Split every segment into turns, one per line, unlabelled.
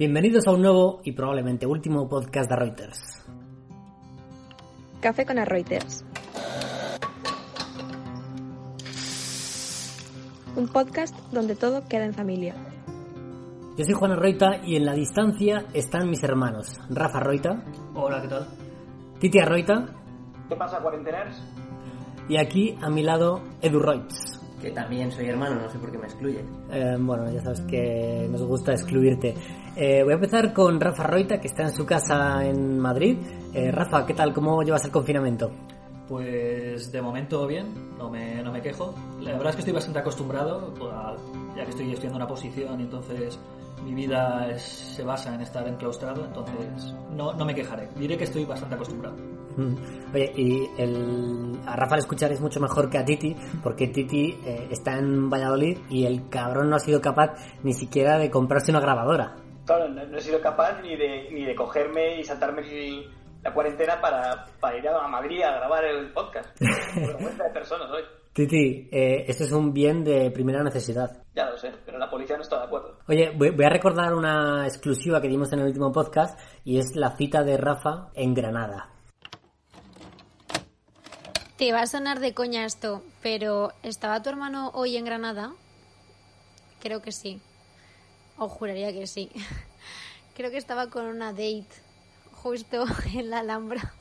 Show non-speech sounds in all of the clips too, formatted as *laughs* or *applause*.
Bienvenidos a un nuevo y probablemente último podcast de Reuters.
Café con Reuters. Un podcast donde todo queda en familia.
Yo soy Juan Arroita y en la distancia están mis hermanos Rafa Arroita,
Hola, ¿qué tal?
Titi Arroita
¿Qué pasa, cuarenteners?
y aquí a mi lado Edu Reutz.
Que también soy hermano, no sé por qué me excluye.
Eh, bueno, ya sabes que nos gusta excluirte. Eh, voy a empezar con Rafa Roita, que está en su casa en Madrid. Eh, Rafa, ¿qué tal? ¿Cómo llevas el confinamiento?
Pues de momento bien, no me, no me quejo. La verdad es que estoy bastante acostumbrado, pues, a- ya que estoy estudiando una posición y entonces mi vida es- se basa en estar enclaustrado, entonces no, no me quejaré. Diré que estoy bastante acostumbrado.
Mm. Oye, y el, a Rafa al escuchar es mucho mejor que a Titi, porque Titi eh, está en Valladolid y el cabrón no ha sido capaz ni siquiera de comprarse una grabadora.
Claro, no, no he sido capaz ni de, ni de cogerme y saltarme el- la cuarentena para, para ir a Madrid a grabar el podcast. Por cuenta de personas hoy.
Titi, eh, eso es un bien de primera necesidad.
Ya lo sé, pero la policía no está de acuerdo.
Oye, voy voy a recordar una exclusiva que dimos en el último podcast y es la cita de Rafa en Granada.
Te va a sonar de coña esto, pero ¿estaba tu hermano hoy en Granada? Creo que sí. O juraría que sí. *laughs* Creo que estaba con una date justo *laughs* en la Alhambra.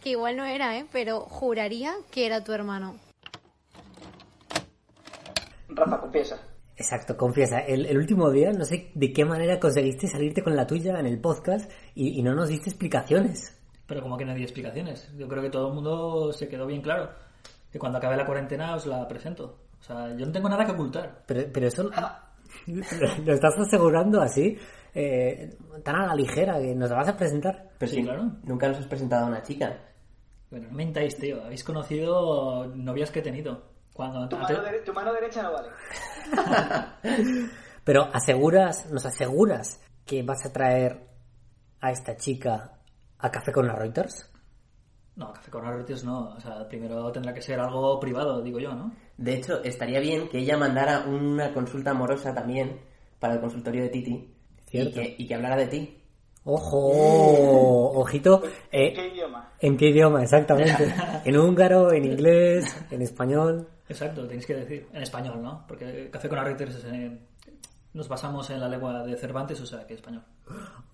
Que igual no era, ¿eh? Pero juraría que era tu hermano.
Rafa, confiesa.
Exacto, confiesa, el, el último día no sé de qué manera conseguiste salirte con la tuya en el podcast y, y no nos diste explicaciones.
Pero como que nadie explicaciones. Yo creo que todo el mundo se quedó bien claro. Que cuando acabe la cuarentena os la presento. O sea, yo no tengo nada que ocultar.
Pero, pero eso
Ah.
*laughs* lo estás asegurando así, eh, tan a la ligera, que nos la vas a presentar.
Pero sí, claro.
Nunca nos has presentado a una chica.
Bueno, no mentáis, tío. Habéis conocido novias que he tenido. Cuando
Tu mano, dere- tu mano derecha no vale.
Pero aseguras, nos aseguras que vas a traer a esta chica a café con las Reuters.
No, café con arrotios no. O sea, primero tendrá que ser algo privado, digo yo, ¿no?
De hecho, estaría bien que ella mandara una consulta amorosa también para el consultorio de Titi.
Cierto.
Y que, y que hablara de ti.
Ojo,
*laughs*
ojito.
¿En qué
eh,
idioma?
¿En qué idioma? Exactamente. En húngaro, en inglés, en español.
Exacto, tenéis que decir. En español, ¿no? Porque Café con Arreuters es en- nos basamos en la lengua de Cervantes, o sea, que español.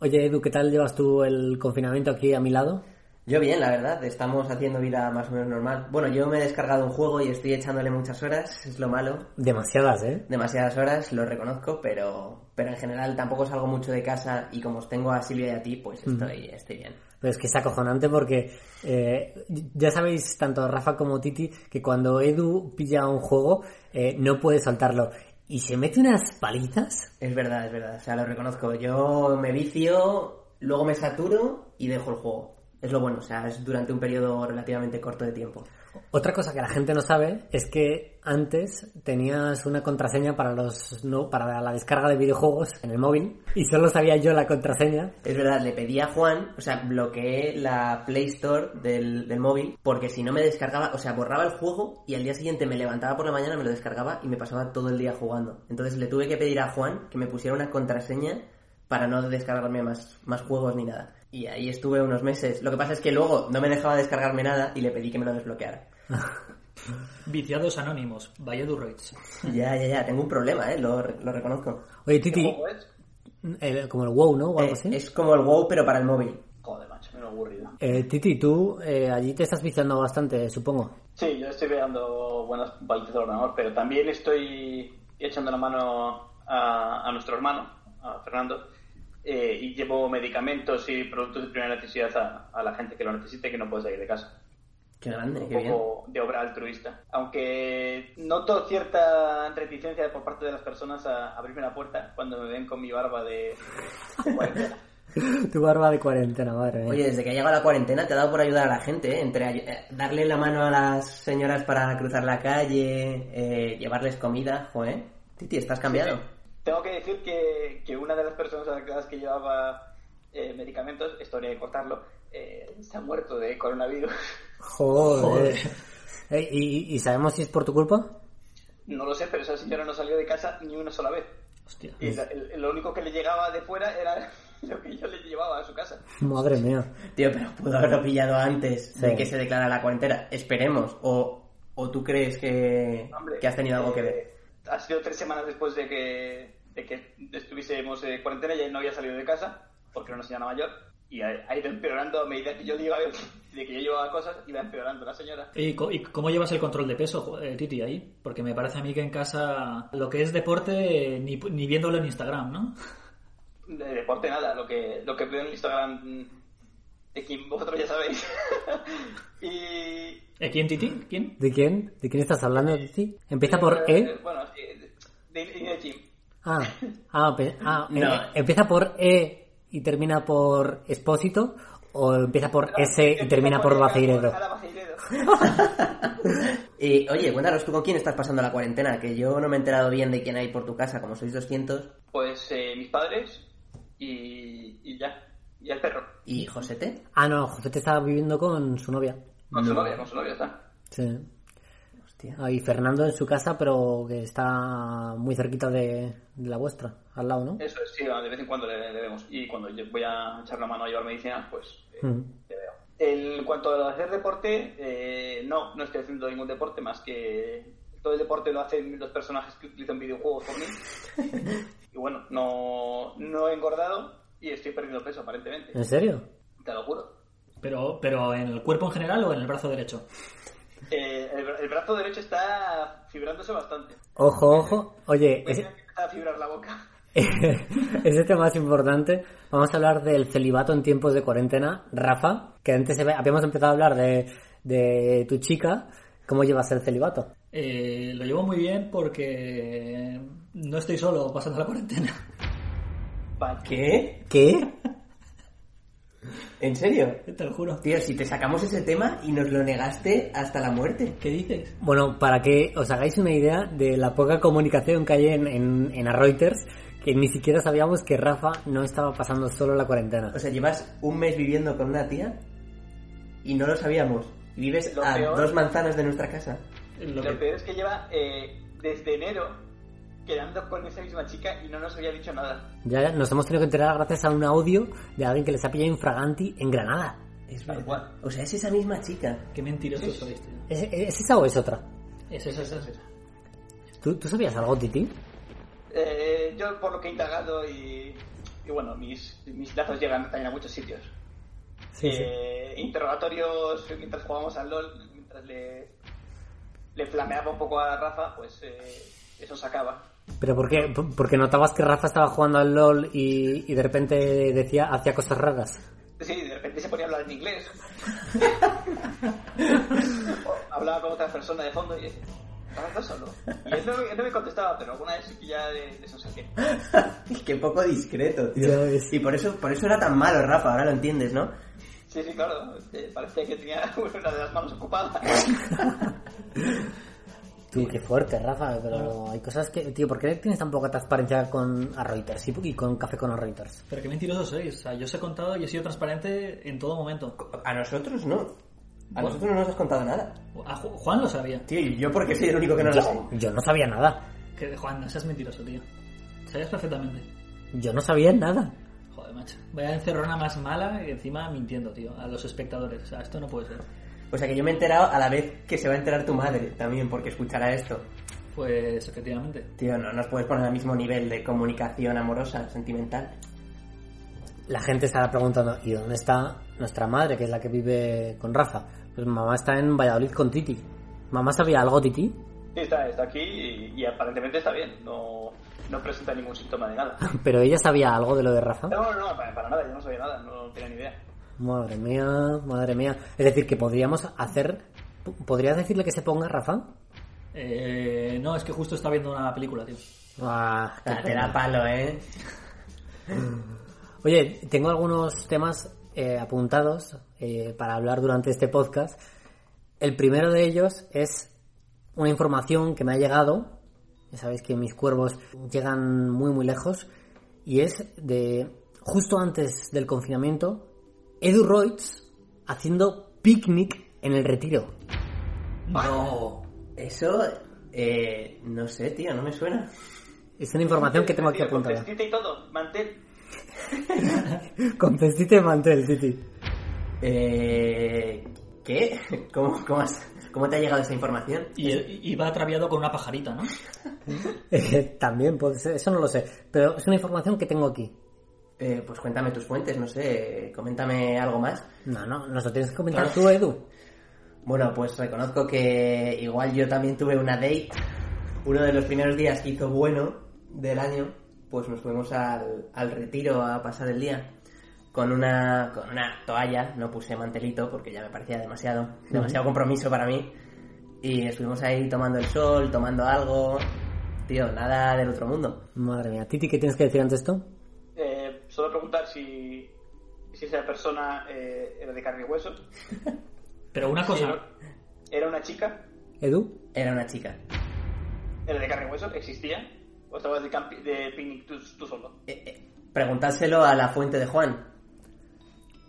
Oye, Edu, ¿qué tal llevas tú el confinamiento aquí a mi lado?
Yo bien, la verdad, estamos haciendo vida más o menos normal. Bueno, yo me he descargado un juego y estoy echándole muchas horas, es lo malo.
Demasiadas, ¿eh?
Demasiadas horas, lo reconozco, pero, pero en general tampoco salgo mucho de casa y como os tengo a Silvia y a ti, pues estoy, estoy bien.
Pero es que es acojonante porque eh, ya sabéis, tanto Rafa como Titi, que cuando Edu pilla un juego eh, no puede soltarlo. Y se mete unas palitas.
Es verdad, es verdad, o sea, lo reconozco. Yo me vicio, luego me saturo y dejo el juego. Es lo bueno, o sea, es durante un periodo relativamente corto de tiempo.
Otra cosa que la gente no sabe es que antes tenías una contraseña para los no para la descarga de videojuegos en el móvil y solo sabía yo la contraseña
Es verdad, le pedí a Juan, o sea, bloqueé la Play Store del, del móvil, porque si no me descargaba, o sea, borraba el juego y al día siguiente me levantaba por la mañana, me lo descargaba y me pasaba todo el día jugando. Entonces le tuve que pedir a Juan que me pusiera una contraseña para no descargarme más, más juegos ni nada. Y ahí estuve unos meses. Lo que pasa es que luego no me dejaba descargarme nada y le pedí que me lo desbloqueara.
Viciados Anónimos, Valladurroids.
Ya, ya, ya, tengo un problema, ¿eh? Lo, re- lo reconozco.
Oye,
¿Qué
Titi,
juego es?
eh, como el WoW, ¿no? O algo
Eh,
así.
es como el WoW, pero para el móvil.
Joder, macho, me lo he aburrido.
Eh, Titi, tú eh, allí te estás viciando bastante, supongo. *laughs*
Sí, yo estoy pegando buenas palitas de ordenador, pero también estoy echando la mano a, a nuestro hermano, a Fernando, eh, y llevo medicamentos y productos de primera necesidad a, a la gente que lo necesite que no puede salir de casa.
Qué grande,
un
qué bien.
poco de obra altruista. Aunque noto cierta reticencia por parte de las personas a abrirme la puerta cuando me ven con mi barba de... cuarentena.
tu barba de cuarentena, madre mía.
Oye, desde que ha llegado la cuarentena te ha dado por ayudar a la gente, ¿eh? entre ay- eh, darle la mano a las señoras para cruzar la calle, eh, llevarles comida, joder. Titi, estás cambiado.
Tengo que decir que, que una de las personas a las que llevaba eh, medicamentos, esto habría que cortarlo, eh, se ha muerto de coronavirus. *laughs*
Joder. Eh, ¿y, y sabemos si es por tu culpa?
No lo sé, pero esa señora no salió de casa ni una sola vez.
Hostia.
Y la- el- lo único que le llegaba de fuera era *laughs* lo que yo le llevaba a su casa.
Madre mía.
Tío, pero pudo haberlo pillado antes de
Sí.
que se declara la cuarentena. Esperemos. O, o tú crees que,
Hombre,
que has tenido algo que ver.
eh, Ha sido tres semanas después de que, de que estuviésemos en cuarentena y él no había salido de casa, porque era una señora mayor, y ha, ha ido empeorando a medida que yo le iba de que yo llevaba cosas, iba empeorando la señora.
¿Y, co- y cómo llevas el control de peso, jo- eh, Titi, ahí? Porque me parece a mí que en casa lo que es deporte, eh, ni, pu- ni viéndolo en Instagram, ¿no?
De deporte nada, lo que, lo que veo en Instagram mm, de quien vosotros ya sabéis. *laughs* y...
¿Eh, ¿Quién, Titi? ¿Quién?
¿De quién? ¿De quién estás hablando, Titi? Empieza por
eh,
E.
Bueno, eh, de, de, de gym.
Ah, ah, pe- ah,
No.
eh, empieza por E y termina por Espósito o empieza por S y termina por Baceiredo.
Ahora Baceiredo.
Y, oye, cuéntanos tú con quién estás pasando la cuarentena, que yo no me he enterado bien de quién hay por tu casa, como sois 200.
Pues eh, mis padres y, y ya. Y el perro.
¿Y Josete?
Ah, no, José te estaba viviendo con su novia.
Con su novia, con su novia está.
Sí.
Hostia.
Ah, y Fernando en su casa, pero que está muy cerquita de, de la vuestra, al lado, ¿no?
Eso es, sí, de vez en cuando le, le vemos. Y cuando yo voy a echar la mano a llevar medicina, pues eh,
Mm.
te veo. El- En cuanto a hacer deporte, eh, no, no estoy haciendo ningún deporte más que todo el deporte lo hacen los personajes que utilizan videojuegos por mí.
*laughs*
y bueno, no, no he engordado y estoy perdiendo peso aparentemente.
Eh.
¿En serio?
Te lo juro.
Pero, ¿Pero en el cuerpo en general o en el brazo derecho?
Eh, el, bra- el brazo derecho está fibrándose bastante.
Eh.
Ojo, ojo. Oye,
Voy a
ese,
tener que empezar a fibrar la boca.
Eh, *laughs* ese tema es importante. Vamos a hablar del celibato en tiempos de cuarentena. Rafa, que antes hab- habíamos empezado a hablar de, de tu chica, ¿cómo llevas el celibato?
Eh, lo llevo muy bien porque no estoy solo pasando la cuarentena.
Vaya.
¿Qué?
¿Qué?
¿En serio?
Te lo juro.
Tío, si te sacamos ese tema y nos lo negaste hasta la muerte.
¿Qué dices?
Bueno, para que os hagáis una idea de la poca comunicación que hay en, en, en a Reuters, que ni siquiera sabíamos que Rafa no estaba pasando solo la cuarentena.
O sea, llevas un mes viviendo con una tía y no lo sabíamos. Y vives
Lo
a
peor-
dos manzanas de nuestra casa.
Lo
Lo
que-
peor es que lleva eh, desde enero quedando con esa misma chica y no nos había dicho nada.
Ya nos hemos tenido que enterar gracias a un audio de alguien que les ha pillado infraganti en Granada.
Es
Tal
verdad.
cual.
O sea, es esa misma chica.
Qué mentirosos sois, tío.
¿Es, es esa o es otra?
Es eso, es eso.
¿Tú, tú sabías algo, Titi?
Eh, yo por lo que he indagado y, y bueno, mis, mis lazos llegan también a muchos sitios. Eh, Interrogatorios mientras jugábamos al LOL, mientras le, le flameaba un poco a Rafa, pues eh, eso sacaba.
¿Pero por qué? Por- Porque notabas que Rafa estaba jugando al LOL y, y de repente decía, hacía cosas raras.
Sí, de repente se ponía a hablar en inglés. O hablaba con otra persona de fondo y decía, "¿Estás hablando solo? Y él no, él no me contestaba, pero alguna vez sí que ya de, de eso saqué.
Qué poco discreto,
Ya
tío.
ves.
Y por eso, por eso era tan malo, Rafa, ahora lo entiendes, ¿no?
Sí, sí, claro, eh, parecía que tenía *laughs* una de las manos ocupadas.
Tú, qué fuerte, Rafa, pero hay cosas que... Tío, ¿por qué tienes tan poca transparencia con a Reuters y, y con Café con a Reuters?
Pero qué mentirosos sois. O sea, yo os he contado y he sido transparente en todo momento.
A nosotros no. A nosotros no nos has contado nada.
A Ju- Juan lo sabía.
Tío, ¿y yo porque soy el único que no lo sé?
Yo, yo no sabía nada.
Que Juan, no seas mentiroso, tío. Sabías perfectamente.
Yo no sabía nada.
Joder, macho. Vaya encerrona más mala y encima mintiendo, tío, a los espectadores. O sea, esto no puede ser.
O sea que yo me he enterado a la vez que se va a enterar tu madre también, porque escuchará esto.
Pues, efectivamente.
Tío, no nos puedes poner al mismo nivel de comunicación amorosa, sentimental.
La gente estará preguntando, ¿y dónde está nuestra madre, que es la que vive con Rafa? Pues mamá está en Valladolid con Titi. ¿Mamá sabía algo, Titi?
Sí, está, está aquí y, y aparentemente está bien, no, no presenta ningún síntoma de nada.
*laughs* ¿Pero ella sabía algo de lo de Rafa?
No, no, no, para, para nada, yo no sabía nada, no tenía ni idea.
Madre mía, madre mía. Es decir, que podríamos hacer... ¿Podrías decirle que se ponga Rafa?
Eh, no, es que justo está viendo una película, tío.
Ah, qué
Ah, Te
*laughs* pena.
da palo, ¿eh?
Oye, tengo algunos temas eh, apuntados eh, para hablar durante este podcast. El primero de ellos es una información que me ha llegado. Ya sabéis que mis cuervos llegan muy muy lejos. Y es de justo antes del confinamiento, Edu Roitz haciendo picnic en el retiro.
No.
Eso, eh, no sé, tío, no me suena.
Es una información que tengo
*laughs*
aquí
Tío, con
apuntada.
cestita y todo, mantel.
Con cestita y mantel, Titi.
Eh, ¿Qué? *laughs* ¿Cómo, cómo, has- cómo te ha llegado esa información?
Y, y va atraviado con una pajarita, ¿no?
Eh, *laughs* También puede ser, eso no lo sé. Pero es una información que tengo aquí.
Eh, pues cuéntame tus fuentes, no sé, coméntame algo más.
No, no, nos lo tienes que comentar tú, Edu.
Bueno, pues reconozco que igual yo también tuve una date. Uno de los primeros días que hizo bueno del año, pues nos fuimos al, al retiro a pasar el día con una, con una toalla. No puse mantelito porque ya me parecía demasiado, demasiado compromiso para mí. Y estuvimos ahí tomando el sol, tomando algo. Tío, nada del otro mundo.
Madre mía, Titi, ¿qué tienes que decir ante esto?
Eh, solo preguntar si, si esa persona eh, era de carne y hueso.
Pero una cosa,
Era- Era una chica,
Edu,
Era una chica.
era de carne y hueso, existía. O estabas de, campi- de picnic tú, tú solo.
Eh, eh, preguntárselo a la fuente de Juan.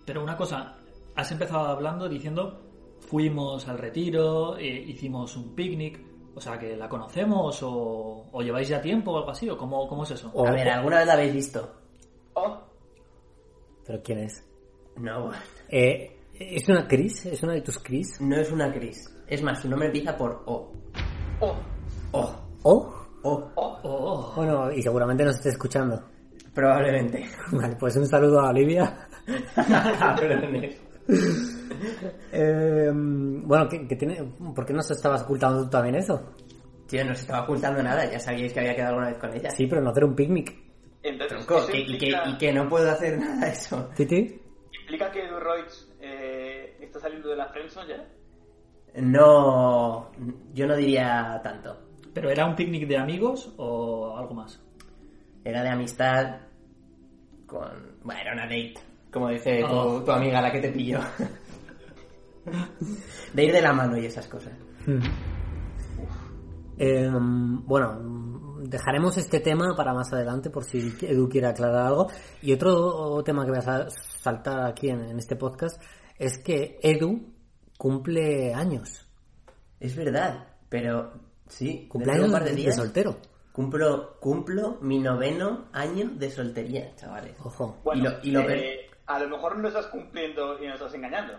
pero una cosa, has empezado hablando diciendo fuimos al retiro, eh, hicimos un picnic, o sea que la conocemos o, o lleváis ya tiempo o algo así, o cómo, cómo es eso.
o-
A ver, ¿alguna vez la habéis visto?
Oh,
¿pero quién es?
No,
Eh, ¿Es una Cris? ¿Es una de tus Cris?
no es una Cris. Es más, su nombre empieza por O.
oh,
O.
¿O?
O.
oh.
Oh,
Bueno, y seguramente nos esté escuchando. *laughs*
Probablemente. *laughs*
Vale, pues un saludo a Olivia. *laughs*
Cabrones.
Eh, bueno, ¿qué, qué tiene, ¿por qué nos estabas ocultando tú también eso?
Tío, no se estaba ocultando nada. Ya sabíais que había quedado alguna vez con ella.
Sí, pero no hacer un picnic.
Entonces,
Tronco,
eso
que- y, que,
implica,
y que no puedo hacer nada de eso.
¿Titi?
implica que Edu Roitz eh, está saliendo de la friendzone ya.
No. Yo no diría tanto.
pero era un picnic de amigos o algo más.
Era de amistad con. Bueno, era una date. Como dice tu-
Oh.
tu, amiga, la que te pilló. de ir de la mano y esas cosas.
Eh, bueno, mm, dejaremos este tema para más adelante por si Edu quiere aclarar algo. Y otro tema que voy a sa- saltar aquí en, en este podcast es que Edu cumple años.
Es verdad, pero. Sí,
Cumple
dentro de
años
un par de
de
días.
soltero.
Cumplo, cumplo mi noveno año de soltería, chavales.
Ojo.
Bueno,
Y lo- y lo
eh, a lo mejor no estás cumpliendo y nos estás engañando.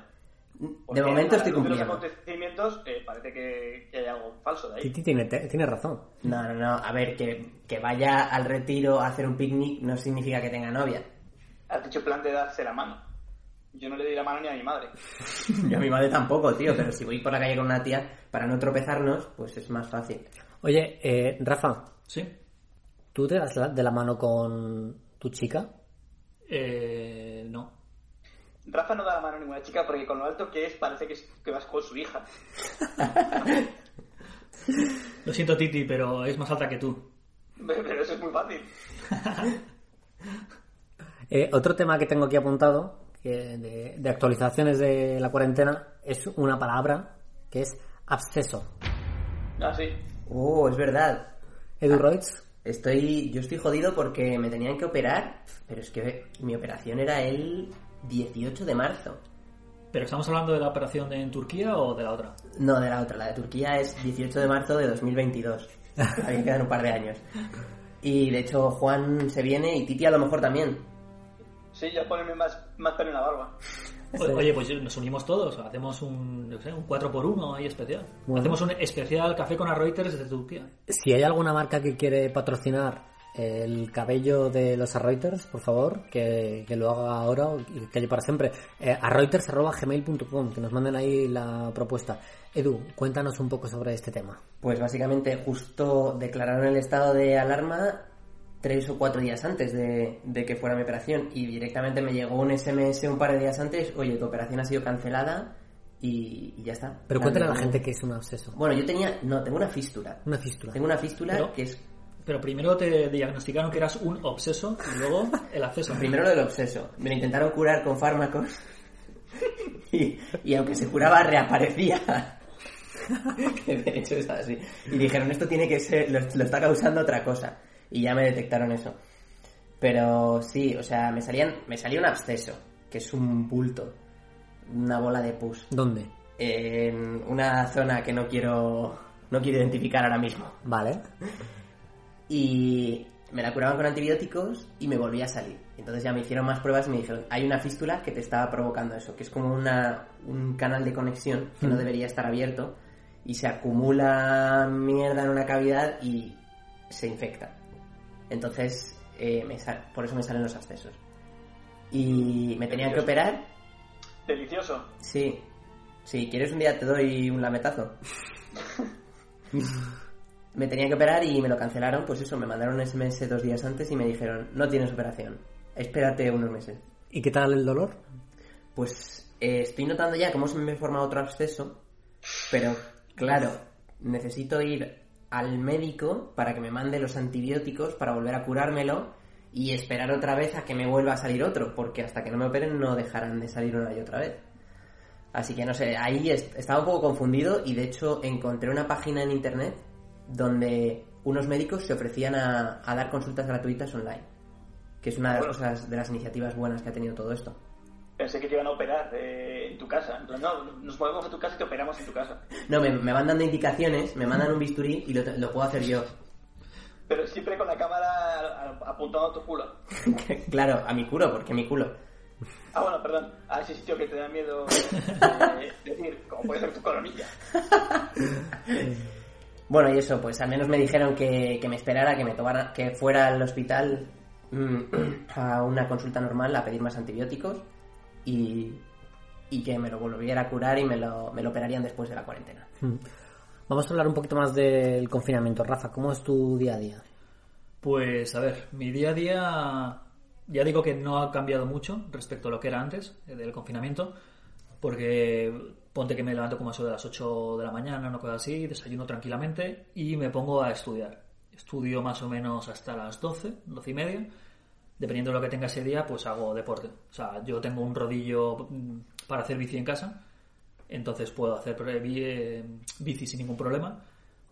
De
Porque
momento
a la
estoy
luz de
cumpliendo.
los acontecimientos eh, parece que, que hay algo falso de ahí.
Titi tiene, te- tiene razón.
No, no, no. A ver, que, que vaya al retiro a hacer un picnic no significa que tenga novia. *clears throat*
Has dicho plan de darse la mano. Yo no le di la mano ni a mi madre.
Yo a mi madre tampoco, tío. Pero si voy por la calle con una tía, para no tropezarnos, pues es más fácil.
Oye, eh, Rafa,
Sí.
¿tú te das la- de la mano con tu chica?
Eh, no.
Rafa no da la mano a ninguna chica porque con lo alto que es parece que, es- que vas con su hija. *laughs*
Lo siento, Titi, pero es más alta que tú.
Pero eso es muy fácil.
Eh, otro tema que tengo aquí apuntado, que de, de actualizaciones de la cuarentena, es una palabra que es absceso.
Ah, sí.
Oh, es verdad.
Edu Roitz,
Estoy, yo estoy jodido porque me tenían que operar, pero es que mi operación era el 18 de marzo.
¿Pero estamos hablando de la operación en Turquía o de la otra?
No, de la otra, la de Turquía es 18 de marzo de 2022. Había quedado un par de años. Y de hecho, Juan se viene y Titi a lo mejor también.
Sí, ya ponerme más, más pelo en la barba.
O- Oye, pues nos unimos todos, hacemos un, no sé, un 4x1 ahí especial.
Bueno.
Hacemos un especial café con Reuters desde Turquía.
Si hay alguna marca que quiere patrocinar el cabello de los Arroiters, por favor, que, que lo haga ahora y que calle para siempre. Eh, arroiters.gmail.com, que nos manden ahí la propuesta. Edu, cuéntanos un poco sobre este tema.
Pues básicamente justo declararon el estado de alarma tres o cuatro días antes de, de que fuera mi operación y directamente me llegó un SMS un par de días antes, oye, tu operación ha sido cancelada y, y ya está.
Pero
Nada,
cuéntale a la
no-
gente que es un absceso,
Bueno, yo tenía... No, tengo una fístula.
una fístula.
Tengo una fístula
Pero-
que es
Pero primero te diagnosticaron que eras un obseso y luego el acceso.
*laughs* Primero lo del obseso. Me lo intentaron curar con fármacos. *laughs* Y, y aunque se curaba, reaparecía. *laughs* que de hecho es así. Y dijeron, esto tiene que ser, lo, lo está causando otra cosa. Y ya me detectaron eso. Pero sí, o sea, me, salían, me salía un absceso, que es un bulto. Una bola de pus.
¿Dónde?
En una zona que no quiero, no quiero identificar ahora mismo.
Vale.
y me la curaban con antibióticos y me volvía a salir. Entonces ya me hicieron más pruebas y me dijeron, hay una fístula que te estaba provocando eso, que es como una, un canal de conexión que no debería estar abierto y se acumula mierda en una cavidad y se infecta. Entonces, eh, me sal- por eso me salen los abscesos. Y me tenían que operar,
Delicioso.
sí. Si quieres un día te doy un lametazo. me tenían que operar y me lo cancelaron, pues eso, me mandaron un SMS dos días antes y me dijeron, no tienes operación, espérate unos meses.
¿Y qué tal el dolor?
Pues eh, estoy notando ya cómo se me forma otro absceso, pero claro, necesito ir al médico para que me mande los antibióticos para volver a curármelo y esperar otra vez a que me vuelva a salir otro, porque hasta que no me operen no dejarán de salir una y otra vez. Así que no sé, ahí est- estaba un poco confundido y de hecho encontré una página en internet donde unos médicos se ofrecían a, a dar consultas gratuitas online, que es una de las cosas, de las iniciativas buenas que ha tenido todo esto.
Pensé que te iban a operar eh, en tu casa. En plan, No, nos movemos a tu casa y te operamos en tu casa.
No, me, me van dando indicaciones, me mandan un bisturí y lo, lo puedo hacer yo.
Pero siempre con la cámara a- a- apuntando a tu culo.
claro, a mi culo, porque mi culo.
Ah, bueno, perdón. A ese sitio que te da miedo eh, decir, como puede ser tu coronilla.
Bueno, y eso, pues al menos me dijeron que, que me esperara, que me tomara, que fuera al hospital mm, *clears throat* a una consulta normal a pedir más antibióticos y, y que me lo volviera a curar y me lo, me lo operarían después de la cuarentena.
Vamos a hablar un poquito más del confinamiento. Rafa, ¿cómo es tu día a día?
Pues a ver, mi día a día ya digo que no ha cambiado mucho respecto a lo que era antes eh, del confinamiento, porque ponte que me levanto como a eso de las 8 de la mañana, una cosa así, desayuno tranquilamente y me pongo a estudiar. Estudio más o menos hasta las 12, 12 y media. Dependiendo de lo que tenga ese día, pues hago deporte. O sea, yo tengo un rodillo mm, para hacer bici en casa, entonces puedo hacer pre- bi- eh, bici sin ningún problema.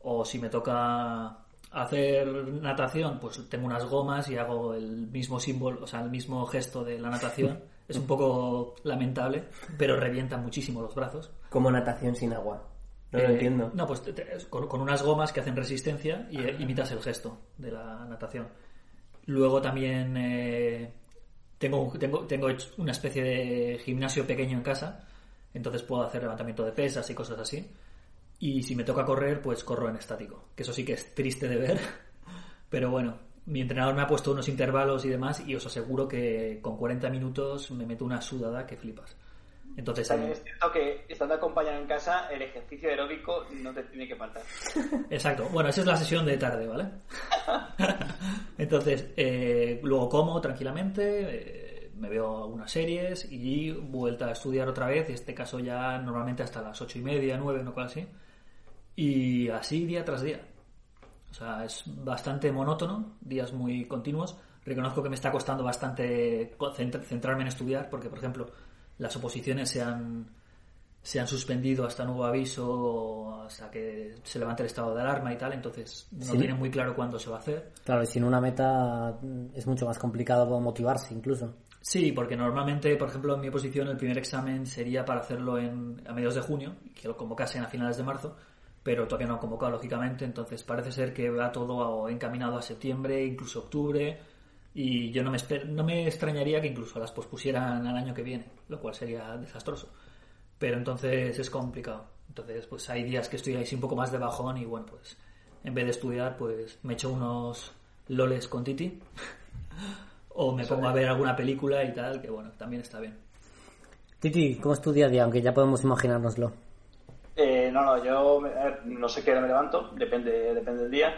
O si me toca hacer natación, pues tengo unas gomas y hago el mismo símbolo, o sea, el mismo gesto de la natación. Es un poco lamentable, pero revienta muchísimo los brazos.
Como natación sin agua. No
Eh,
lo entiendo.
No, pues te- te- es con, con unas gomas que hacen resistencia y eh, imitas el gesto de la natación. Luego también eh, tengo, un- tengo, tengo hecho una especie de gimnasio pequeño en casa, entonces puedo hacer levantamiento de pesas y cosas así. Y si me toca correr, pues corro en estático, que eso sí que es triste de ver. *laughs* Pero bueno, mi entrenador me ha puesto unos intervalos y demás y os aseguro que con 40 minutos me meto una sudada que flipas. Entonces,
También
eh,
es cierto que estando acompañado en casa, el ejercicio aeróbico no te tiene que faltar.
Exacto. Bueno, esa es la sesión de tarde, ¿vale? Entonces, eh, luego como tranquilamente, eh, me veo algunas series y vuelta a estudiar otra vez. En este caso ya normalmente hasta las ocho y media, nueve, una cosa así. Y así día tras día. O sea, es bastante monótono, días muy continuos. Reconozco que me está costando bastante concent- centrarme en estudiar porque, por ejemplo, las oposiciones se han, se han suspendido hasta nuevo aviso, hasta que se levante el estado de alarma y tal, entonces no
Sí.
tienen muy claro cuándo se va a hacer.
Claro, y sin una meta mm, es mucho más complicado motivarse incluso.
Sí, porque normalmente, por ejemplo, en mi posición el primer examen sería para hacerlo en, a mediados de junio, que lo convocasen a finales de marzo, pero todavía no han convocado, lógicamente, entonces parece ser que va todo a- encaminado a septiembre, incluso octubre, y yo no me, esper- no me extrañaría que incluso las pospusieran al año que viene, lo cual sería desastroso. Pero entonces es complicado. Entonces, pues hay días que estoy ahí sí, un poco más de bajón y bueno, pues en vez de estudiar, pues me echo unos loles con Titi. O me pongo a ver alguna película y tal, que bueno, también está bien.
Titi, ¿cómo es tu día a día? Aunque ya podemos imaginárnoslo.
Eh, no, no, yo me- a ver, no sé qué hora me levanto, depende, depende del día.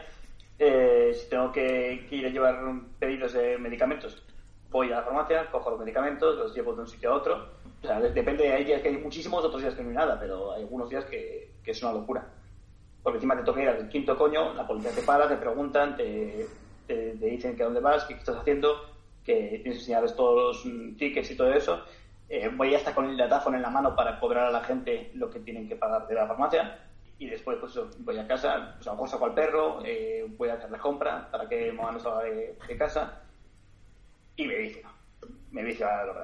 Eh, si tengo que, que ir a llevar pedidos de medicamentos, voy a la farmacia, cojo los medicamentos, los llevo de un sitio a otro. O sea, de- depende, hay días que hay muchísimos, otros días que no hay nada, pero hay algunos días que, que es una locura. Porque encima te toca ir al quinto coño, la policía te para, te preguntan, te, te- te dicen que a dónde vas, qué estás haciendo, que tienes que enseñarles todos los mm, tickets y todo eso. Eh, voy hasta con el datáfono en la mano para cobrar a la gente lo que tienen que pagar de la farmacia. Y después, pues eso, voy a casa, pues a lo mejor saco al perro, eh, voy a hacer la compra para que Moa no salga de, de casa. Y me vicio. Me vicio a lo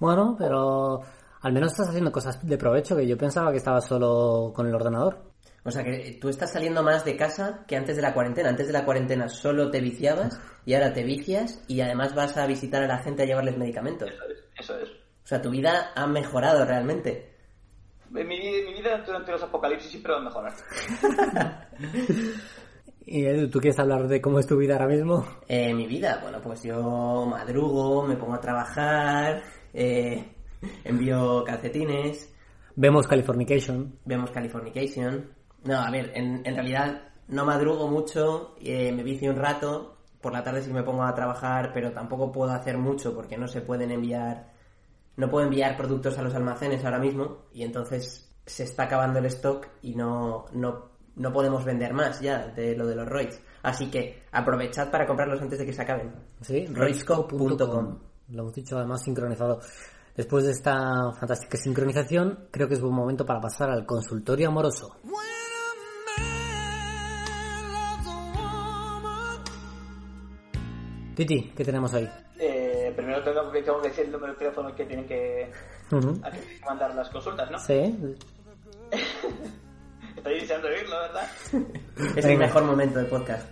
Bueno, pero al menos estás haciendo cosas de provecho que yo pensaba que estabas solo con el ordenador.
O sea que tú estás saliendo más de casa que antes de la cuarentena. Antes de la cuarentena solo te viciabas y ahora te vicias y además vas a visitar a la gente a llevarles medicamentos.
Eso es, eso es.
O sea, tu vida ha mejorado realmente.
Mi, mi vida durante los apocalipsis siempre va a mejorar.
Y Edu, ¿tú quieres hablar de cómo es tu vida ahora mismo? *laughs*
Eh, mi vida, bueno, pues yo madrugo, me pongo a trabajar, eh, *laughs* envío calcetines,
Vemos Californication.
vemos Californication. No, a ver, en, en realidad no madrugo mucho, eh, me vicio un rato, por la tarde sí me pongo a trabajar, pero tampoco puedo hacer mucho porque no se pueden enviar, no puedo enviar productos a los almacenes ahora mismo y entonces se está acabando el stock y no, no, no podemos vender más ya de lo de los roids. Así que aprovechad para comprarlos antes de que se acaben.
Sí,
Roidscope.com.
Lo hemos dicho además sincronizado. Después de esta fantástica sincronización, creo que es buen momento para pasar al consultorio amoroso. Titi, ¿qué tenemos ahí?
Eh, primero tengo que, tengo que decir el número de teléfono que tienen que,
Ujú.
a que tienen que mandar las consultas, ¿no?
Sí,
Estáis deseando oírlo, ¿verdad?
Es el
Venga.
mejor momento del podcast.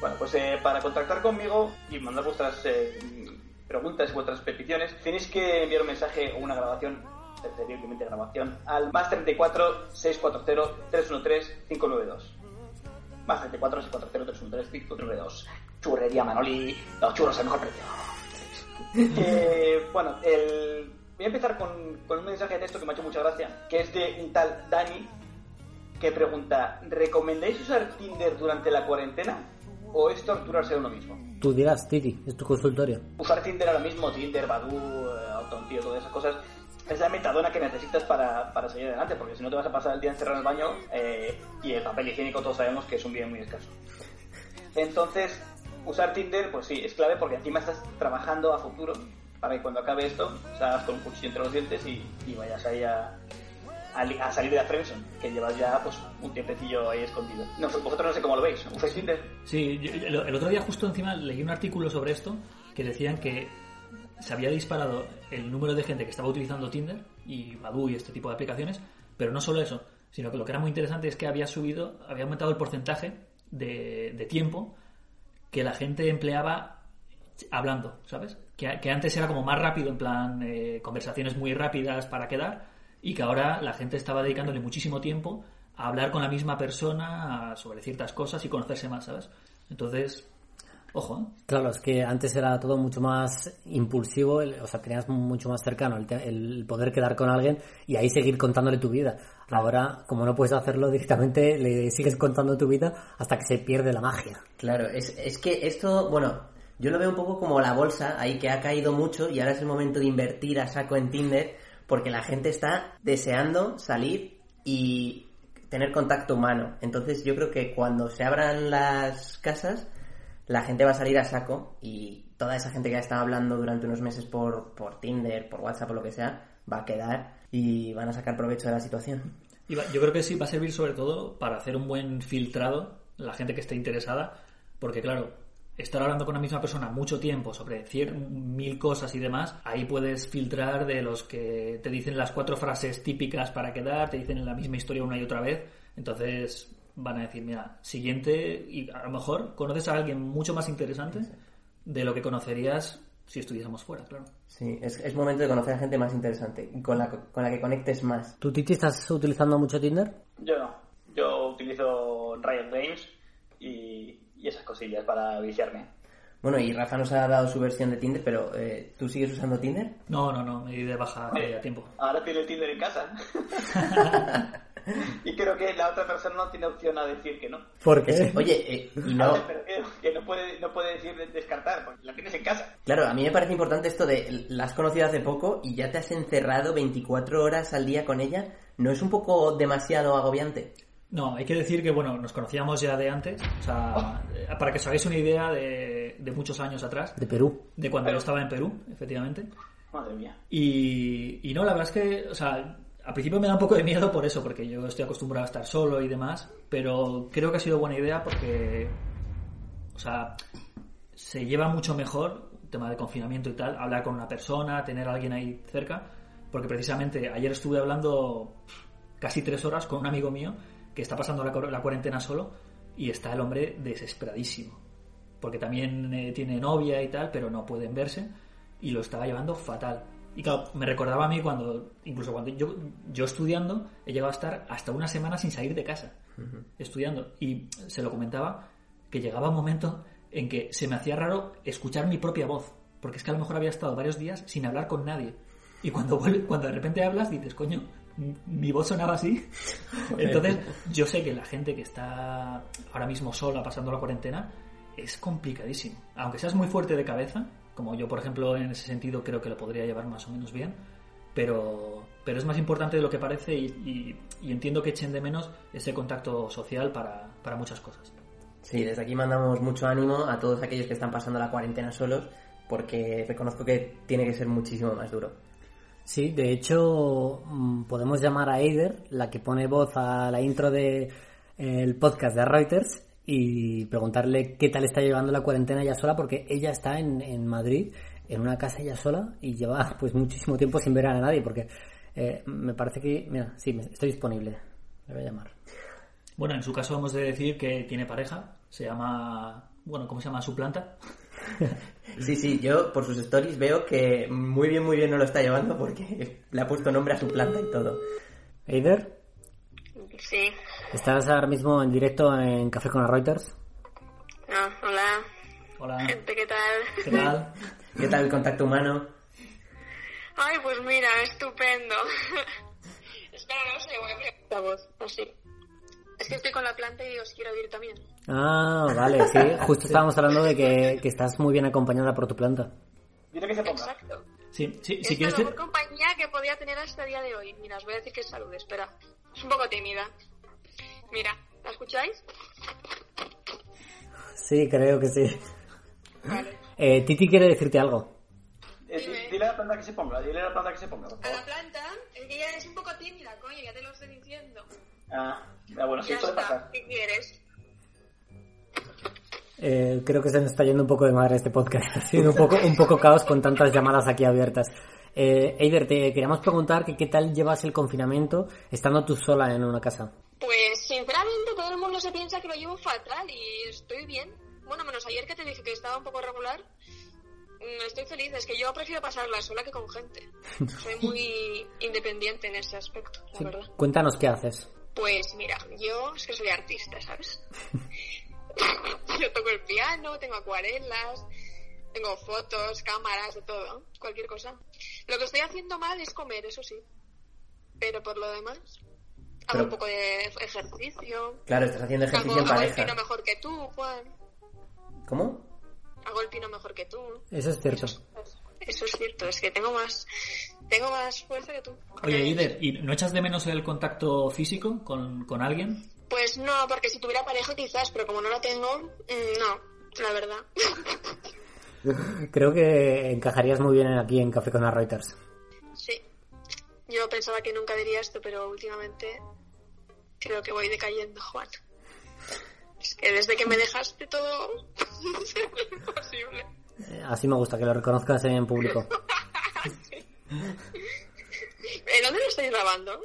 Bueno, pues eh, para contactar conmigo y mandar vuestras eh, preguntas y vuestras peticiones, tenéis que enviar un mensaje o una grabación, preferiblemente grabación, al más 34 640 313 592. Más 34 640 313 592. Churrería Manoli, los churros al mejor precio. Eh, bueno, el- voy a empezar con, con un mensaje de texto que me ha hecho mucha gracia, que es de un tal Dani, que pregunta, ¿recomendáis usar Tinder durante la cuarentena o es torturarse a uno mismo?
tú dirás, Titi, es tu consultorio.
Usar Tinder ahora mismo, Tinder, Badoo, eh, Autontío, todas esas cosas, es la metadona que necesitas para, para salir adelante, porque si no te vas a pasar el día encerrado en el baño eh, y el papel higiénico todos sabemos que es un bien muy escaso. Entonces, usar Tinder, pues sí, es clave porque encima estás trabajando a futuro para que cuando acabe esto salgas con un cuchillo entre los dientes y, y vayas ahí a, a li- a salir de la Fremson, que llevas ya pues un tiempecillo ahí escondido. No, sé, vosotros no sé cómo lo veis, ¿usáis Tinder?
Sí, yo- yo- el otro día justo encima leí un artículo sobre esto que decían que se había disparado el número de gente que estaba utilizando Tinder y Badoo y este tipo de aplicaciones, pero no solo eso, sino que lo que era muy interesante es que había subido, había aumentado el porcentaje de, de tiempo que la gente empleaba hablando, ¿sabes? Que, que antes era como más rápido, en plan eh, conversaciones muy rápidas para quedar, y que ahora la gente estaba dedicándole muchísimo tiempo a hablar con la misma persona a- sobre ciertas cosas y conocerse más, ¿sabes? Entonces, ojo, ¿eh?
Claro, es que antes era todo mucho más impulsivo, el- o sea, tenías mucho más cercano el, te- el poder quedar con alguien y ahí seguir contándole tu vida. Ahora, como no puedes hacerlo directamente, le sigues contando tu vida hasta que se pierde la magia.
Claro, es, es que esto, bueno, yo lo veo un poco como la bolsa, ahí que ha caído mucho y ahora es el momento de invertir a saco en Tinder porque la gente está deseando salir y tener contacto humano. Entonces yo creo que cuando se abran las casas, la gente va a salir a saco y toda esa gente que ha estado hablando durante unos meses por, por Tinder, por WhatsApp o lo que sea, va a quedar y van a sacar provecho de la situación.
Y va- yo creo que sí va a servir sobre todo para hacer un buen filtrado la gente que esté interesada, porque claro, estar hablando con la misma persona mucho tiempo sobre cien mil cosas y demás, ahí puedes filtrar de los que te dicen las cuatro frases típicas para quedar, te dicen la misma historia una y otra vez, entonces van a decir, mira, siguiente, y a lo mejor conoces a alguien mucho más interesante de lo que conocerías si estuviésemos fuera, claro.
Sí, es, es momento de conocer a gente más interesante y con la, con la que conectes más.
¿Tú, Titi, estás utilizando mucho Tinder?
Yo no. Yo utilizo Riot Games y, y esas cosillas para viciarme.
Bueno, y Rafa nos ha dado su versión de Tinder, pero eh, ¿tú sigues usando Tinder?
No, no, no, me di de baja hace ya tiempo.
Ahora tiene el Tinder en casa. y creo que la otra persona no tiene opción a decir que no.
Porque
Oye, eh, y
A
no,
ver, pero que- que no puede, no puede decir de- descartar, porque la tienes en casa.
claro, a mí me parece importante esto de la has conocido hace poco y ya te has encerrado 24 horas al día con ella. ¿No es un poco demasiado agobiante?
No, hay que decir que, bueno, nos conocíamos ya de antes, o sea, eh, para que os hagáis una idea de, de muchos años atrás,
de Perú.
de cuando yo estaba en Perú, efectivamente.
Madre mía.
Y, y no, la verdad es que, o sea, al principio me da un poco de miedo por eso, porque yo estoy acostumbrado a estar solo y demás, pero creo que ha sido buena idea porque, o sea, se lleva mucho mejor, tema de confinamiento y tal, hablar con una persona, tener a alguien ahí cerca, porque precisamente ayer estuve hablando casi tres horas con un amigo mío que está pasando la, cor- la cuarentena solo y está el hombre desesperadísimo. Porque también eh, tiene novia y tal, pero no pueden verse y lo estaba llevando fatal. Y claro, me recordaba a mí cuando, incluso cuando yo, yo estudiando, he llegado a estar hasta una semana sin salir de casa, estudiando. Y se lo comentaba que llegaba un momento en que se me hacía raro escuchar mi propia voz, porque es que a lo mejor había estado varios días sin hablar con nadie. Y cuando, vuelve- cuando de repente hablas, dices, coño, m- mi voz sonaba así. Entonces, yo sé que la gente que está ahora mismo sola pasando la cuarentena es complicadísimo. Aunque seas muy fuerte de cabeza, como yo, por ejemplo, en ese sentido creo que lo podría llevar más o menos bien, pero, pero es más importante de lo que parece y, y- y entiendo que echen de menos ese contacto social para, para muchas cosas.
Sí, desde aquí mandamos mucho ánimo a todos aquellos que están pasando la cuarentena solos, porque reconozco que tiene que ser muchísimo más duro.
Sí, de hecho, mm, podemos llamar a Eider, la que pone voz a la intro de eh, el podcast de Reuters, y preguntarle qué tal está llevando la cuarentena ya sola, porque ella está en, en Madrid, en una casa ya sola, y lleva *laughs* pues muchísimo tiempo sin ver a nadie, porque eh, me parece que. Mira, sí, me- estoy disponible. Le voy a llamar.
Bueno, en su caso hemos de decir que tiene pareja, se llama... Bueno, ¿cómo se llama su planta?
Sí, sí, yo por sus stories veo que muy bien, muy bien no lo está llevando porque le ha puesto nombre a su planta y todo.
Eider,
Sí.
estás ahora mismo en directo en Café con la Reuters.
No, Ah, hola,
Hola,
gente, ¿qué tal?
*laughs*
¿qué tal?
¿Qué tal el contacto humano?
Ay, pues mira, estupendo. *laughs* Espera, no sé, voy a poner la voz, así. Es que estoy con la planta y os quiero oír también.
Ah, vale, *laughs* sí, justo estábamos hablando de que, que estás muy bien acompañada por tu planta.
Dile que se ponga.
Exacto.
Sí, sí,
es
si quieres...
la mejor
te-
compañía que podía tener hasta el día de hoy. Mira, os voy a decir que salude, espera. Es un poco tímida. Mira, ¿la escucháis?
Sí, creo que sí.
Vale.
Eh, Titi quiere decirte algo.
Eh, di- dile a la planta que se ponga, dile a la planta que se ponga, por
A
favor.
la planta, es que ella es un poco tímida, coño, ya te lo estoy diciendo.
Ah, ya, bueno, sí,
Ya
puede
está,
pasar.
¿qué quieres?
Eh, creo que se nos está yendo un poco de madre este podcast. Ha sido un poco, un poco caos con tantas llamadas aquí abiertas. Eh, Eider, te queríamos preguntar que qué tal llevas el confinamiento estando tú sola en una casa.
Pues sinceramente todo el mundo se piensa que lo llevo fatal y estoy bien. Bueno, menos ayer que te dije que estaba un poco regular. Mm, Estoy feliz, es que yo prefiero pasarla sola que con gente. Soy muy independiente en ese aspecto, la
Sí,
verdad.
Cuéntanos qué haces.
Pues mira, yo es que soy artista, ¿sabes? *laughs* yo toco el piano, tengo acuarelas, tengo fotos, cámaras, de todo, cualquier cosa. Lo que estoy haciendo mal es comer, eso sí. Pero por lo demás, hago
Pero-
un poco de ejercicio.
Claro, estás haciendo
Hago,
ejercicio en
hago el
pareja.
pino mejor que tú, Juan.
¿Cómo?
Hago el pino mejor que tú.
Eso es cierto.
Pues-
Eso es cierto, es que tengo más, tengo más fuerza que tú.
Oye, Ider, ¿y no echas de menos el contacto físico con, con alguien?
Pues no, porque si tuviera pareja quizás, pero como no la tengo, mm, no, la verdad. *laughs*
Creo que encajarías muy bien aquí en Café con las Reuters.
Sí. Yo pensaba que nunca diría esto, pero últimamente creo que voy decayendo, Juan. Es que desde que me dejaste todo *laughs* se vuelve imposible.
Eh, Así me gusta que lo reconozcas en público.
¿En dónde lo estáis grabando?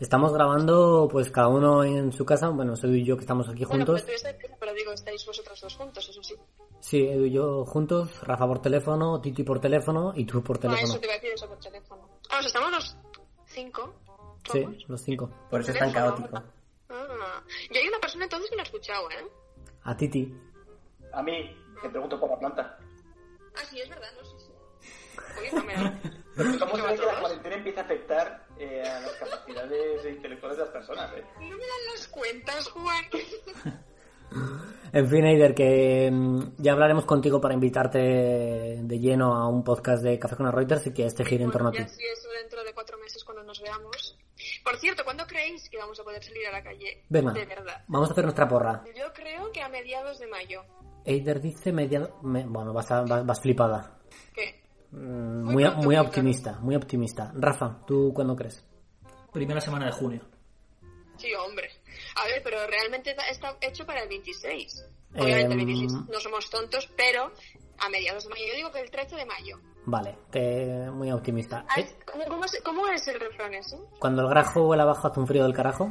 Estamos grabando, pues cada uno en su casa. Bueno, soy yo que estamos aquí
Bueno, pues, pero,
juntos.
tú estás- pero digo, estáis vosotros dos juntos, eso sí. Ah,
Sí, Edu y yo juntos, Rafa por teléfono, Titi por teléfono y tú por
Ah,
teléfono.
eso te iba a decir eso por teléfono. Ah, o sea, estamos los cinco.
Sí,
¿Somos?
los cinco.
Por eso es tan
Teléfono.
caótico.
Ah, y hay una persona entonces que no ha escuchado, ¿eh?
A Titi.
A mí, que pregunto por la planta.
Ah, sí, es verdad, no sé si. Oye, no me da.
¿Cómo se ve que la
¿Todos?
cuarentena empieza a afectar eh, a las capacidades intelectuales de las personas? Eh?
No me dan las cuentas, Juan.
En fin, Eider, que mm, ya hablaremos contigo para invitarte de lleno a un podcast de Café con las Reuters y que este gire en torno a ti.
ya sí, eso dentro de cuatro meses cuando nos veamos. Por cierto, ¿cuándo creéis que vamos a poder salir a la calle?
Venga,
De verdad.
vamos a hacer nuestra porra.
Yo creo que a mediados de mayo.
Eider dice mediado... me- Bueno, vas, a- vas, vas flipada.
¿Qué?
Mm, Muy,
pronto,
muy
muy
optimista, muy optimista. Rafa, ¿tú cuándo crees?
Primera semana de junio.
Sí, hombre. A ver, pero realmente está- está hecho para el 26. Obviamente,
Em,
el 26 no somos tontos, pero a mediados de mayo. Yo digo que el 13 de mayo.
Vale, te- muy optimista.
Ay,
Eh,
¿Cómo, cómo es, cómo es el refrán ese?
Cuando el grajo vuela abajo hace un frío del carajo.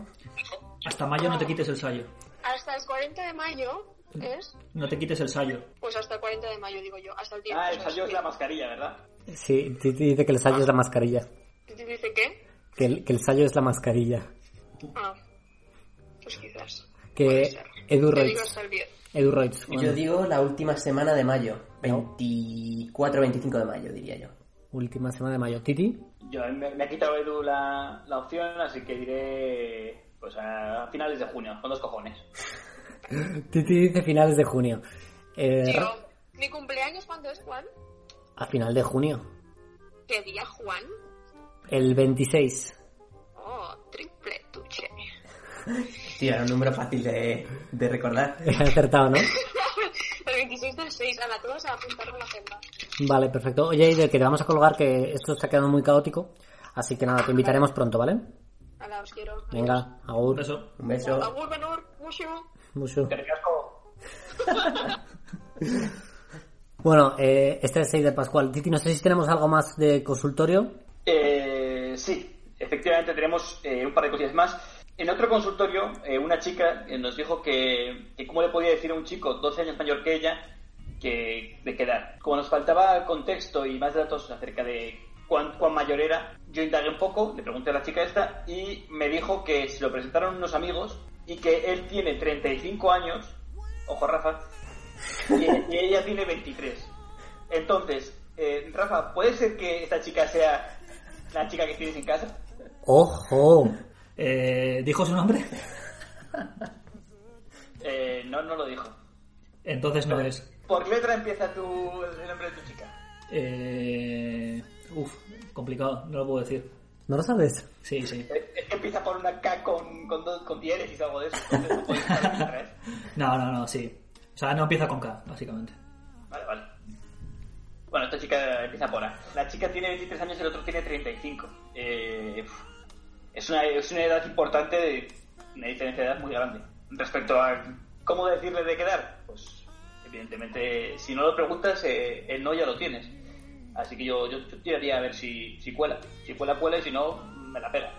Hasta mayo no te quites el sayo.
Hasta el 40 de mayo es.
No te quites el sayo.
Pues hasta el 40 de mayo, digo yo. Hasta el 10.
Ah,
o
el
sea,
sayo es
sí.
la mascarilla, ¿verdad?
Sí, Titi dice que el sayo es la mascarilla.
¿Dice qué?
Que el, que el sayo es la mascarilla.
Ah. Pues quizás.
Pues,
Puede
Que
ser.
Edu
Te digo
Roitz.
hasta el 10.
Edu Roitz.
Y
bueno,
Yo digo la última semana de mayo. 24, 25 de mayo, diría yo.
Última semana de mayo. Titi.
Yo, eh, me, me ha quitado Edu la, la opción, así que diré pues a finales de junio, con dos cojones.
Titi dice finales de junio. Eh, Ra-
Tío, ¿mi cumpleaños cuándo es, Juan?
a final de junio.
¿Qué día, Juan?
El 26.
Oh, triple tuche.
Tío, era un número fácil de, de recordar.
*laughs* He acertado, ¿no?
El 26 del 6, a la todos a apuntarlo en la agenda.
Vale, perfecto. Oye, Eider, que te vamos a colgar que esto está quedando muy caótico. Así que nada, te invitaremos pronto, ¿vale?
Ala, os quiero.
Venga,
Por
agur.
eso.
Un beso.
Agur, Benur, mucho.
Mucho.
Te recasco.
Bueno, eh, este es Eider Pascual. Titi, no sé si tenemos algo más de consultorio.
Eh, sí, efectivamente tenemos eh, un par de cosillas más. En otro consultorio, eh, una chica eh, nos dijo que, que cómo le podía decir a un chico 12 años mayor que ella que de quedar. Como nos faltaba contexto y más datos acerca de cuán, cuán mayor era, yo indagué un poco, le pregunté a la chica esta y me dijo que se lo presentaron unos amigos y que él tiene 35 años, ojo Rafa, y, y ella tiene 23. Entonces, eh, Rafa, ¿puede ser que esta chica sea la chica que tienes en casa?
¡Ojo!
Eh, ¿Dijo su nombre? *laughs*
Eh, no, no lo dijo.
Entonces no es.
¿Por qué letra empieza tu, el nombre de tu chica?
Eh, uf, complicado, no lo puedo decir.
¿No lo sabes?
Sí, sí.
Eh, Es que empieza por una K con, con, dos, con dieres y algo de eso. Entonces, *laughs* no puedes usar la letra, ¿eh?
No, no, no, sí. O sea, no empieza con K, básicamente.
Vale, vale. Bueno, esta chica empieza por A. La chica tiene 23 años y el otro tiene 35. Eh, uf. es, una, es una edad importante, de, una diferencia de edad muy grande. Respecto a cómo decirle de quedar, pues evidentemente si no lo preguntas, eh, el no ya lo tienes. Así que yo, yo, yo tiraría a ver si, si cuela. Si cuela, cuela y si no, me la pega.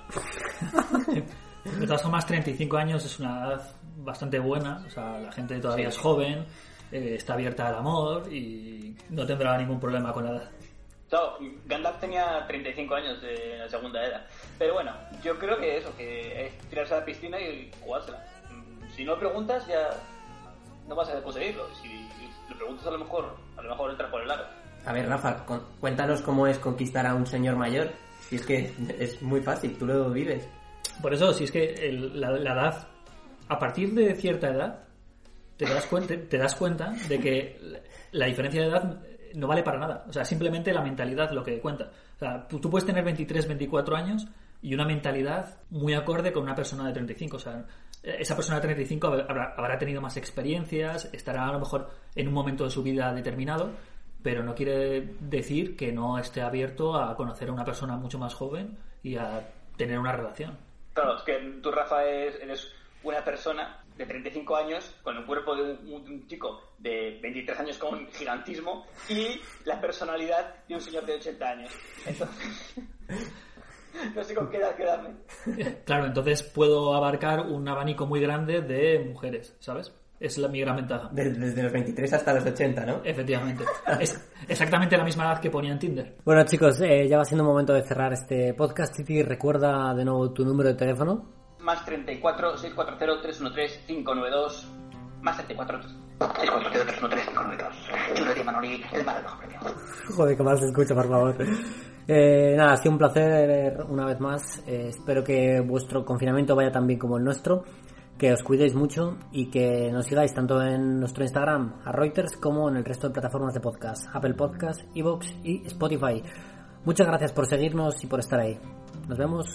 De todas formas, 35 años es una edad bastante buena. O sea, la gente todavía es joven, eh, está abierta al amor y no tendrá ningún problema con la edad.
Claro, Gandalf tenía 35 años de la segunda edad. Pero bueno, yo creo que eso, que es tirarse a la piscina y jugársela. Mm, Si no preguntas, ya no vas a conseguirlo. Si lo preguntas, a lo mejor, a lo mejor entras por el aro.
A ver, Rafa, con- cuéntanos cómo es conquistar a un señor mayor. Si es que es muy fácil, tú lo vives.
Por eso, si es que el- la, la edad, a partir de cierta edad, te das, cuenta, te das cuenta de que la, la diferencia de edad no vale para nada. O sea, simplemente la mentalidad lo que cuenta. O sea, tú, tú puedes tener 23, 24 años y una mentalidad muy acorde con una persona de 35. O sea, eh, esa persona de 35 habrá- habrá, habrá tenido más experiencias, estará a lo mejor en un momento de su vida determinado, pero no quiere decir que no esté abierto a conocer a una persona mucho más joven y a tener una relación.
Claro, es que tú, Rafa, es- eres una persona de 35 años con el cuerpo de un, un- un chico de 23 años con gigantismo y la personalidad de un señor de 80 años. Entonces, *laughs* no sé con qué edad quedarme.
Claro, entonces puedo abarcar un abanico muy grande de mujeres, ¿sabes? Es la, mi gran ventaja.
De- desde los 23 hasta los 80, ¿no?
Efectivamente. Es exactamente la misma edad que ponía en Tinder.
Bueno, chicos, eh, ya va siendo momento de cerrar este podcast. Titi, recuerda de nuevo tu número de teléfono.
más 34 640 313 592 más 34 640 313 592 Chulería Manoli, el malo mejor premio.
*laughs* Joder, que mal se escucha, por favor. Eh, nada, ha sido un placer eh, una vez más. Eh, espero que vuestro confinamiento vaya tan bien como el nuestro. Que os cuidéis mucho y que nos sigáis tanto en nuestro Instagram, a Reuters, como en el resto de plataformas de podcast, Apple Podcast, Evox y Spotify. Muchas gracias por seguirnos y por estar ahí. Nos vemos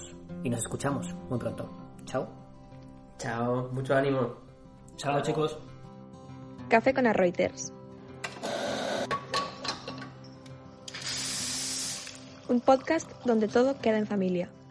y nos escuchamos muy pronto. Chao.
Chao, mucho ánimo.
Chao, chicos.
Café con Arroiters. Un podcast donde todo queda en familia.